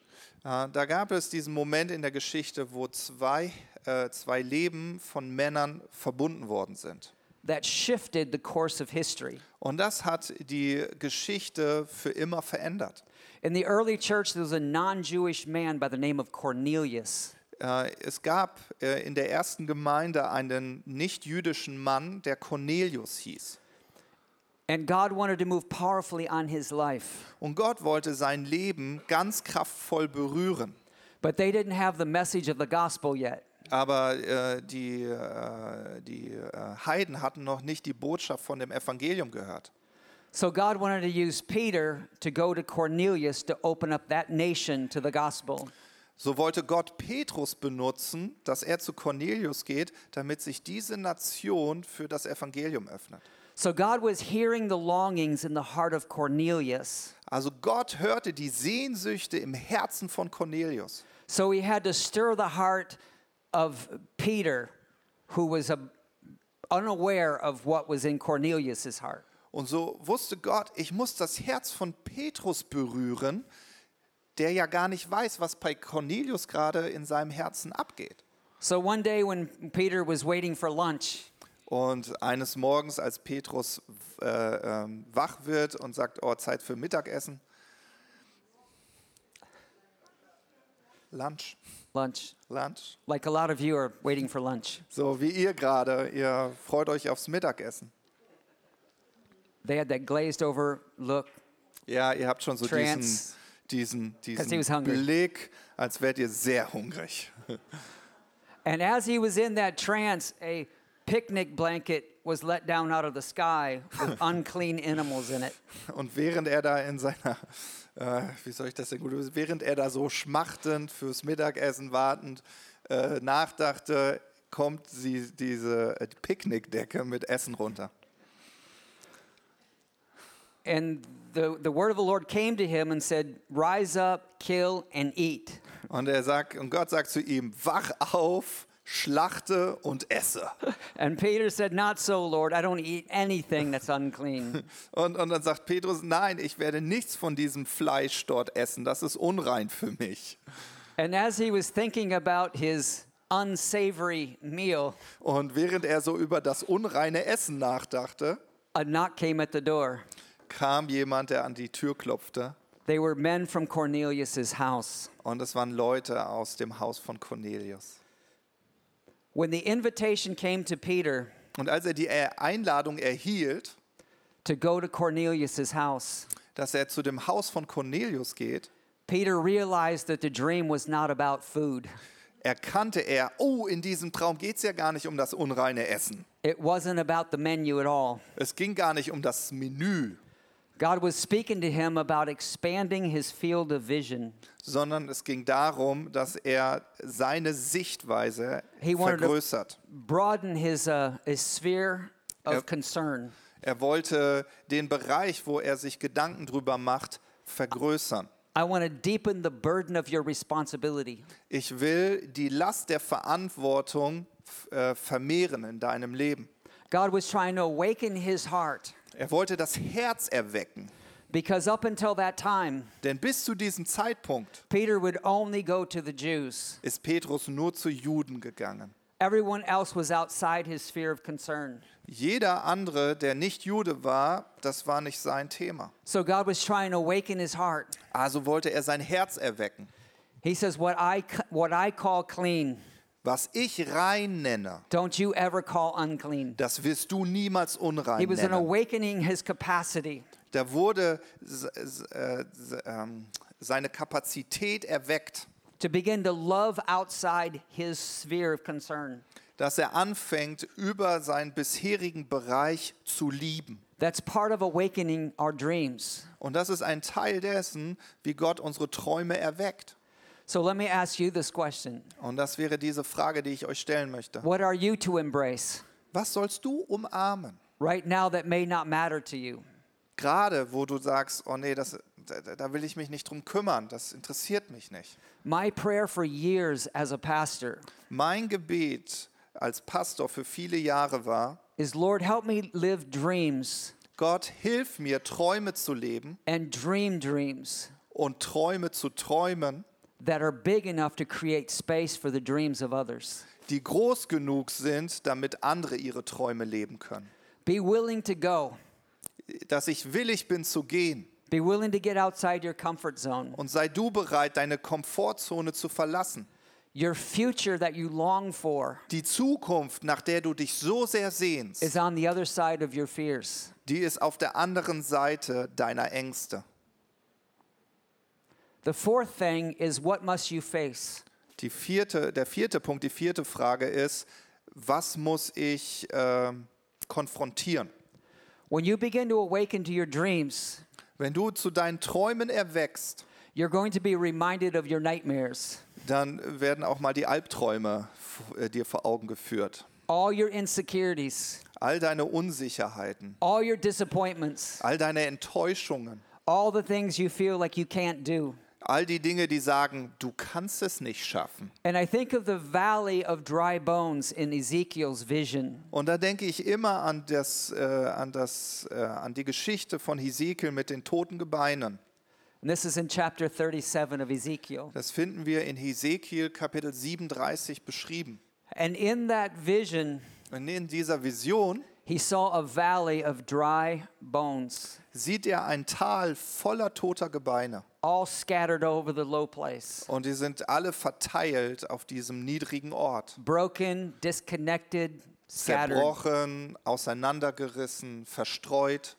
Äh, Da gab es diesen Moment in der Geschichte, wo zwei, äh, zwei Leben von Männern verbunden worden sind. that shifted the course of history. Und das hat die Geschichte für immer verändert. In the early church, there was a non Jewish man by the name of Cornelius. Äh, Es gab äh, in der ersten Gemeinde einen nicht-jüdischen Mann, der Cornelius hieß. And God wanted to move powerfully on his life. Und Gott wollte sein Leben ganz kraftvoll berühren. But they didn't have the message of the gospel yet. Aber äh, die, äh, die äh, Heiden hatten noch nicht die Botschaft von dem Evangelium gehört. So God wanted to use Peter to go to Cornelius to open up that nation to the gospel. So wollte Gott Petrus benutzen, dass er zu Cornelius geht, damit sich diese Nation für das Evangelium öffnet. So God was hearing the longings in the heart of Cornelius. Also Gott hörte die Sehnsüchte im Herzen von Cornelius. So he had to stir the heart of Peter, who was a unaware of what was in Cornelius' heart. Und so wusste Gott, ich muss das Herz von Petrus berühren, der ja gar nicht weiß, was bei Cornelius gerade in seinem Herzen abgeht. So one day when Peter was waiting for lunch, Und eines Morgens, als Petrus äh, ähm, wach wird und sagt, oh, Zeit für Mittagessen. Lunch, lunch, Lunch. like a lot of you are waiting for lunch, So wie ihr gerade, ihr freut euch aufs Mittagessen. they had that glazed over look. Ja, ihr habt schon so Trance. diesen, diesen, 'Cause he was diesen hungry. Blick, als wärt ihr sehr hungrig. And as he was in that trance, a picnic blanket was let down out of the sky with unclean animals in it. Und während er da in seiner, äh, wie soll ich das denn gut, während er da so schmachtend fürs Mittagessen wartend äh, nachdachte, kommt sie, diese äh, Picknickdecke mit Essen runter. And the, the word of the Lord came to him and said, Rise up, kill, and eat. Und, er sagt, und Gott sagt zu ihm, wach auf, schlachte und esse. And Peter said, Not so, Lord. I don't eat anything that's unclean. Und, und dann sagt Petrus, nein, ich werde nichts von diesem Fleisch dort essen, das ist unrein für mich. and as he was thinking about his unsavory meal, Und während er so über das unreine Essen nachdachte, a knock came at the door. kam jemand, der an die Tür klopfte. They were men from Cornelius' house. Und es waren Leute aus dem Haus von Cornelius. When the invitation came to Peter Und als er die Einladung erhielt, to go to Cornelius' house, dass er zu dem Haus von Cornelius geht, Peter realized that the dream was not about food. erkannte er, oh, in diesem Traum geht es ja gar nicht um das unreine Essen. It wasn't about the menu at all. Es ging gar nicht um das Menü, God was speaking to him about expanding his field of vision. sondern es ging darum, dass er seine Sichtweise He wanted to- vergrößert. broaden his, uh, his sphere of Yep. concern. Er wollte den Bereich, wo er sich Gedanken drüber macht, vergrößern. I want to deepen the burden of your responsibility. Ich will die Last der Verantwortung f- äh, vermehren in deinem Leben. God was trying to awaken his heart Er wollte das Herz erwecken. because up until that time, Denn bis zu diesem Zeitpunkt Peter would only go to the Jews. ist Petrus nur zu Juden gegangen. Everyone else was outside his sphere of concern. Jeder andere, der nicht Jude war, das war nicht sein Thema. So God was trying to awaken his heart. Also wollte er sein Herz erwecken. He says, What I, c- what I call clean, Was ich rein nenne, don't you ever call unclean. das wirst du niemals He unrein was an nennen. awakening his capacity. Da wurde s- s- äh, s- ähm, seine Kapazität erweckt, to begin to love outside his sphere of concern. dass er anfängt, über seinen bisherigen Bereich zu lieben. That's part of awakening our dreams. Und das ist ein Teil dessen, wie Gott unsere Träume erweckt. So let me ask you this question Und das wäre diese Frage, die ich euch stellen möchte. What are you to embrace Was sollst du umarmen? right now that may not matter to you? Gerade wo du sagst, oh nee, das, da, da will ich mich nicht drum kümmern, das interessiert mich nicht. My prayer for years as a pastor Mein Gebet als Pastor für viele Jahre war, is Lord, help me live dreams Gott, hilf mir, Träume zu leben and dream dreams und Träume zu träumen, that are big enough to create space for the dreams of others. die groß genug sind, damit andere ihre Träume leben können. Be willing to go, Dass ich willig bin zu gehen be willing to get outside your comfort zone. und sei du bereit, deine Komfortzone zu verlassen. Your future that you long for Die Zukunft, nach der du dich so sehr sehnst, is on the other side of your fears. die ist auf der anderen Seite deiner Ängste. The fourth thing is what must you face? Die vierte, der vierte Punkt, die vierte Frage ist, was muss ich ähm, konfrontieren? When you begin to awaken to your dreams, Wenn du zu deinen Träumen erwächst, you're going to be reminded of your nightmares, dann werden auch mal die Albträume f- äh, dir vor Augen geführt. all your insecurities, All deine Unsicherheiten, all your disappointments, all deine Enttäuschungen, all the things you feel like you can't do. All die Dinge, die sagen, du kannst es nicht schaffen. And I think of the valley of dry bones in Ezekiel's vision. Und da denke ich immer an, das, äh, an, das, äh, an die Geschichte von Hesekiel mit den toten Gebeinen. And this is in chapter 37 of Ezekiel. Das finden wir in Hesekiel Kapitel 37 beschrieben. And in that vision, Und in dieser Vision he saw a valley of dry bones, sieht er ein Tal voller toter Gebeine. all scattered over the low place, Und die sind alle verteilt auf diesem niedrigen Ort. broken, disconnected, scattered. Zerbrochen, auseinandergerissen, verstreut.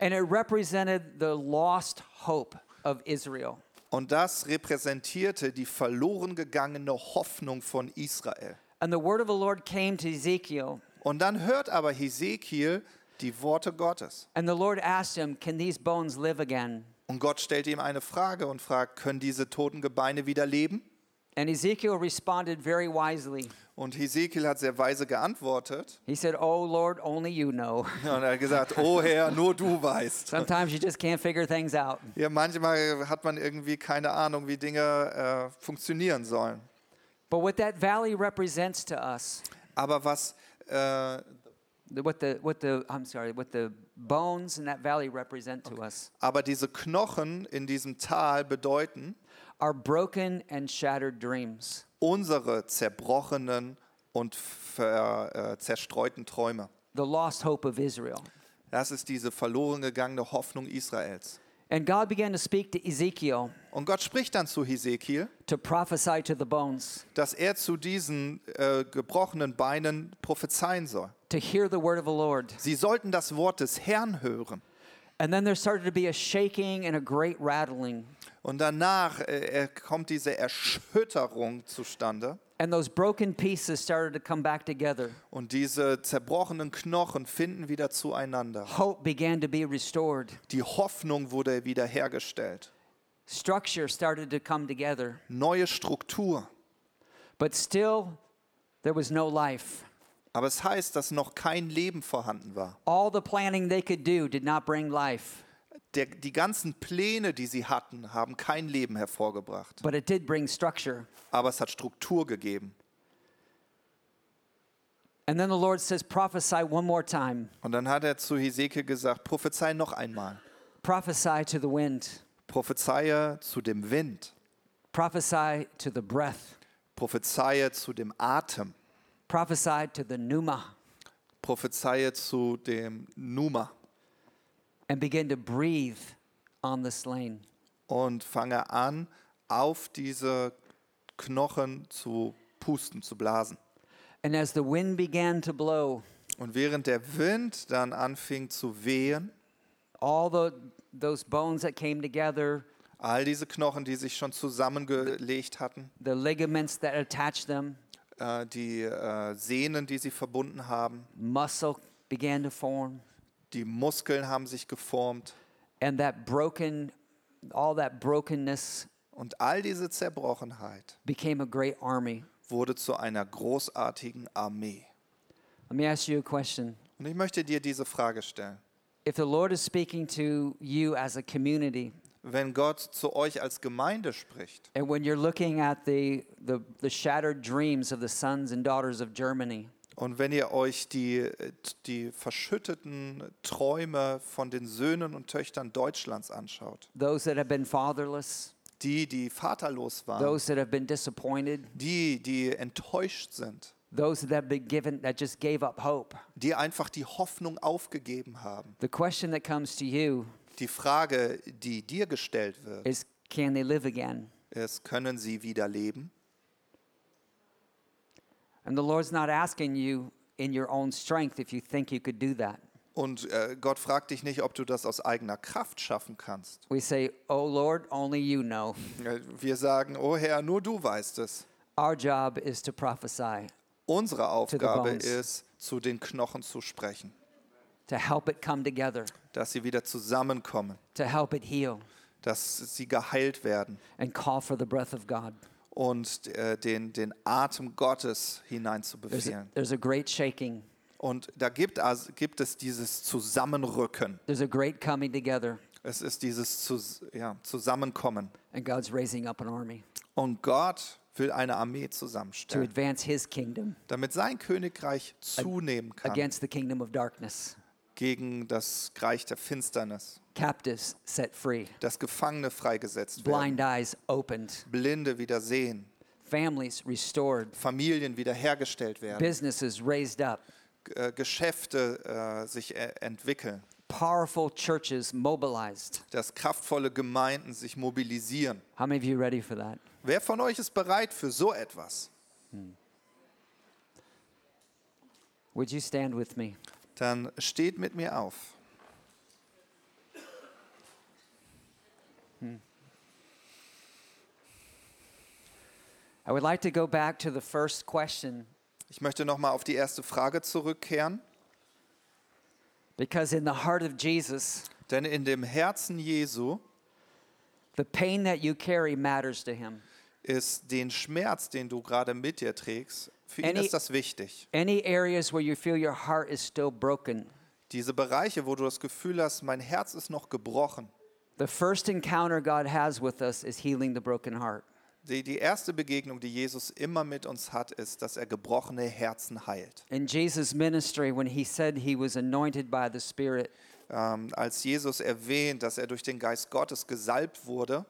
And it represented the lost hope of Israel. Und das repräsentierte die verloren gegangene Hoffnung von Israel. And the word of the Lord came to Ezekiel, Und dann hört aber Hesekiel die Worte Gottes. and the Lord asked him, Can these bones live again? Und Gott stellt ihm eine Frage und fragt, können diese toten Gebeine wieder leben? And Ezekiel responded very wisely. Und Hesekiel hat sehr weise geantwortet He said, Oh Lord, only you know. und er hat gesagt, oh Herr, nur du weißt. Sometimes you just can't figure things out. Ja, manchmal hat man irgendwie keine Ahnung, wie Dinge äh, funktionieren sollen. But what that valley represents to us, Aber was, äh, the- what the, what the, I'm sorry, what the bones in that valley represent to us aber diese Knochen in diesem Tal bedeuten, are broken and shattered dreams. unsere zerbrochenen und ver, äh, zerstreuten Träume. the lost hope of Israel. Das ist diese verloren gegangene Hoffnung Israels. And God began to speak to Ezekiel Und Gott spricht dann zu Hesekiel, to prophesy to the bones, dass er zu diesen äh, gebrochenen Beinen prophezeien soll. to hear the word of the Lord. Sie sollten das Wort des Herrn hören. And then there started to be a shaking and a great rattling. Und danach äh, er- kommt diese Erschütterung zustande. And those broken pieces started to come back together. Und diese zerbrochenen Knochen finden wieder zueinander. Hope began to be restored. Die Hoffnung wurde wiederhergestellt. Structure started to come together. Neue Struktur. But still, there was no life. Aber es heißt, dass noch kein Leben vorhanden war. All the planning they could do did not bring life, Der, die ganzen Pläne, die sie hatten, haben kein Leben hervorgebracht. but it did bring structure. Aber es hat Struktur gegeben. And then the Lord says, prophesy one more time, Und dann hat er zu Hesekiel gesagt, prophezei noch einmal. prophesy to the wind. Prophezeie zu dem Wind. prophesy to the breath, Prophezeie zu dem Atem. prophesy to the pneuma, Prophezeie zu dem Numa. and begin to breathe on the slain. Und fange an, auf diese Knochen zu pusten, zu blasen. And as the wind began to blow, Und während der Wind dann anfing zu wehen, all the, those bones that came together, all diese Knochen, die sich schon zusammengelegt hatten, the ligaments that attached them, äh, die äh, Sehnen, die sie verbunden haben, muscle began to form, die Muskeln haben sich geformt and that broken, all that brokenness und all diese Zerbrochenheit became a great army. wurde zu einer großartigen Armee. Let me ask you a question. Und ich möchte dir diese Frage stellen. If the Lord is speaking to you as a community, Wenn Gott zu euch als Gemeinde spricht And when you're looking at the, the, the shattered dreams of the sons and daughters of Germany, und wenn ihr euch die, die verschütteten Träume von den Söhnen und Töchtern Deutschlands anschaut, those that have been fatherless, die, die vaterlos waren, those that have been disappointed, die, die enttäuscht sind, those that have been given, that just gave up hope, die einfach die Hoffnung aufgegeben haben. the question that comes to you Die Frage, die dir gestellt wird, is can they live again? ist, können sie wieder leben? And the Lord's not asking you in your own strength if you think you could do that. Und äh, Gott fragt dich nicht, ob du das aus eigener Kraft schaffen kannst. We say, Oh Lord, only you know. Äh, Wir sagen, oh Herr, nur du weißt es. Our job is to prophesy, Unsere the Aufgabe bones. ist, zu den Knochen zu sprechen, to help it come together, dass sie wieder zusammenkommen, to help it heal, dass sie geheilt werden and call for the breath of God. und äh, den, den Atem Gottes There's a, hineinzubefehlen. there's a great shaking. Und da gibt, as- gibt es dieses Zusammenrücken. There's a great coming together. Es ist dieses Zus ja, Zusammenkommen. And God's raising up an army Und Gott will eine Armee to zusammenstellen, advance his kingdom damit sein Königreich zunehmen kann against the kingdom of darkness. gegen das Reich der Finsternis, Captives set free, dass Gefangene freigesetzt werden, blind eyes opened, Blinde wieder sehen, families restored, Familien wieder hergestellt werden, businesses raised up, G- äh, Geschäfte äh, sich äh, entwickeln, powerful churches mobilized. dass kraftvolle Gemeinden sich mobilisieren. How many of you are ready for that? Wer von euch ist bereit für so etwas? Would you stand with me? Dann steht mit mir auf. I would like to go back to the first question Ich möchte nochmal auf die erste Frage zurückkehren. because in the heart of Jesus, Denn in dem Herzen Jesu the pain that you carry matters to him. ist den Schmerz, den du gerade mit dir trägst, für ihn Any- ist das wichtig. Any areas where you feel your heart is still broken, Diese Bereiche, wo du das Gefühl hast, mein Herz ist noch gebrochen. the first encounter God has with us is healing the broken heart. Die, die erste Begegnung, die Jesus immer mit uns hat, ist, dass er gebrochene Herzen heilt. In Jesus' ministry, when he said he was anointed by the Spirit, Ähm, als Jesus erwähnt, dass er durch den Geist Gottes gesalbt wurde,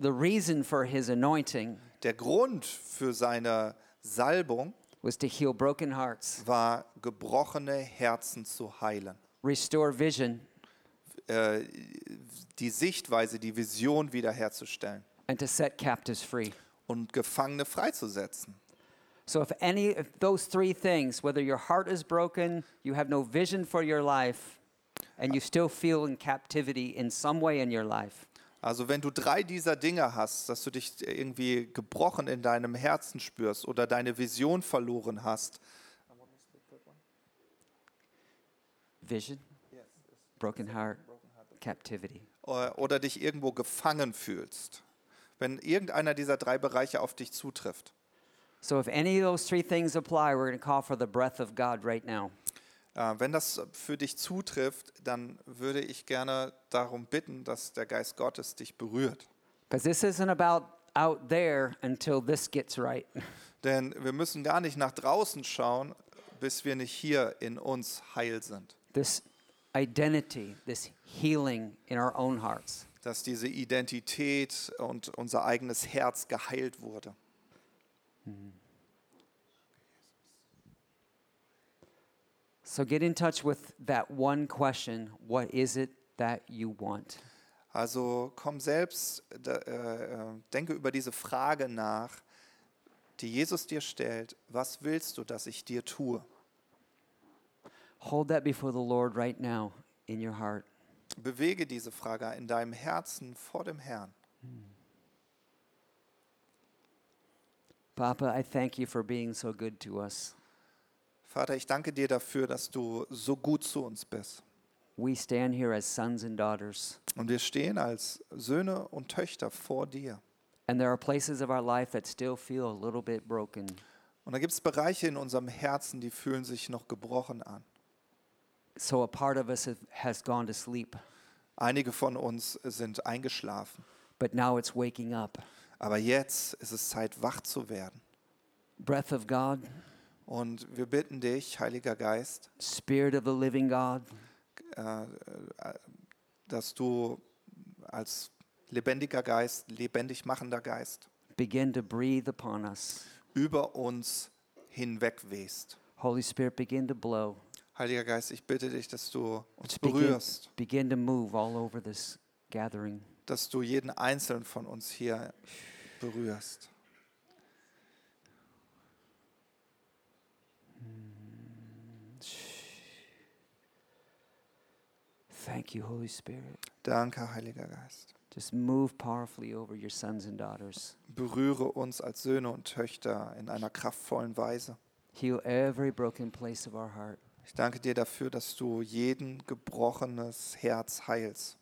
the reason for his anointing der Grund für seine Salbung was to heal broken hearts, war, gebrochene Herzen zu heilen. restore vision, Äh, die Sichtweise, die Vision wiederherzustellen and to set captives free. und Gefangene freizusetzen. So, if any of those three things, whether your heart is broken, you have no vision for your life, and you still feel in captivity in some way in your life, Also wenn du drei dieser Dinge hast, dass du dich irgendwie gebrochen in deinem Herzen spürst oder deine Vision verloren hast, vision, broken heart, captivity. äh, oder dich irgendwo gefangen fühlst, wenn irgendeiner dieser drei Bereiche auf dich zutrifft, So, if any of those three things apply, we're going to call for the breath of God right now. äh, wenn das für dich zutrifft, dann würde ich gerne darum bitten, dass der Geist Gottes dich berührt. Because this isn't about out there until this gets right. Denn wir müssen gar nicht nach draußen schauen, bis wir nicht hier in uns heil sind. This identity, this healing in our own hearts. Dass diese Identität und unser eigenes Herz geheilt wurde. So, get in touch with that one question what is it that you want? Also komm selbst, da, äh, äh, denke über diese Frage nach, die Jesus dir stellt. Was willst du, dass ich dir tue? Hold that before the Lord right now in your heart. Bewege diese Frage in deinem Herzen vor dem Herrn. Papa, I thank you for being so good to us. Vater, ich danke dir dafür, dass du so gut zu uns bist. We stand here as sons and daughters, Und wir stehen als Söhne und Töchter vor dir. and there are places of our life that still feel a little bit broken. Und da gibt es Bereiche in unserem Herzen, die fühlen sich noch gebrochen an. So, a part of us have- has gone to sleep, Einige von uns sind eingeschlafen. but now it's waking up. Aber jetzt ist es Zeit, wach zu werden. Breath of God, Und wir bitten dich, Heiliger Geist, Spirit of the living God, äh, äh, dass du als lebendiger Geist, lebendig machender Geist begin to breathe upon us. über uns hinwegwehst. Holy Spirit, begin to blow. Heiliger Geist, ich bitte dich, dass du uns Begin, berührst, begin to move all over this gathering. dass du jeden einzelnen von uns hier berührst. Thank you, Holy Spirit. Danke, Heiliger Geist. Just move powerfully over your sons and daughters. Berühre uns als Söhne und Töchter in einer kraftvollen Weise. Heal every broken place of our heart. Ich danke dir dafür, dass du jeden gebrochenes Herz heilst.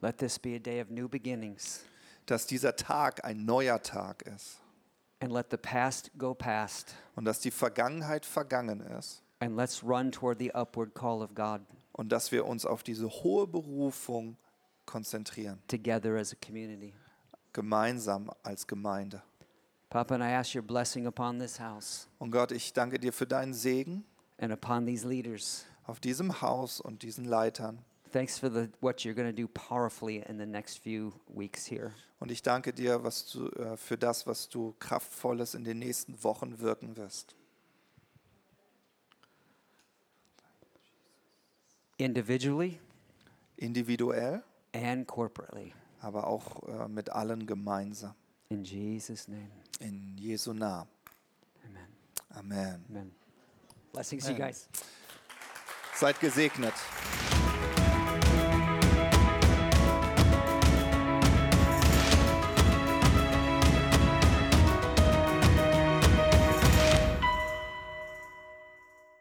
Let this be a day of new beginnings, Dass dieser Tag ein neuer Tag ist, and let the past go past, und dass die Vergangenheit vergangen ist and let's run toward the upward call of God und dass wir uns auf diese hohe Berufung konzentrieren, together as a community. gemeinsam als Gemeinde. Papa, and I ask your blessing upon this house Und Gott, ich danke dir für deinen Segen and upon these leaders. auf diesem Haus und diesen Leitern. Thanks for the, what you're going to do powerfully in the next few weeks here. Und ich danke dir was du, äh, für das, was du kraftvolles in den nächsten Wochen wirken wirst. individually Individuell, and corporately. aber auch äh, mit allen gemeinsam. In Jesus' name, In Jesu Namen. amen. Amen. Amen. Blessings to you Amen. guys. Seid gesegnet.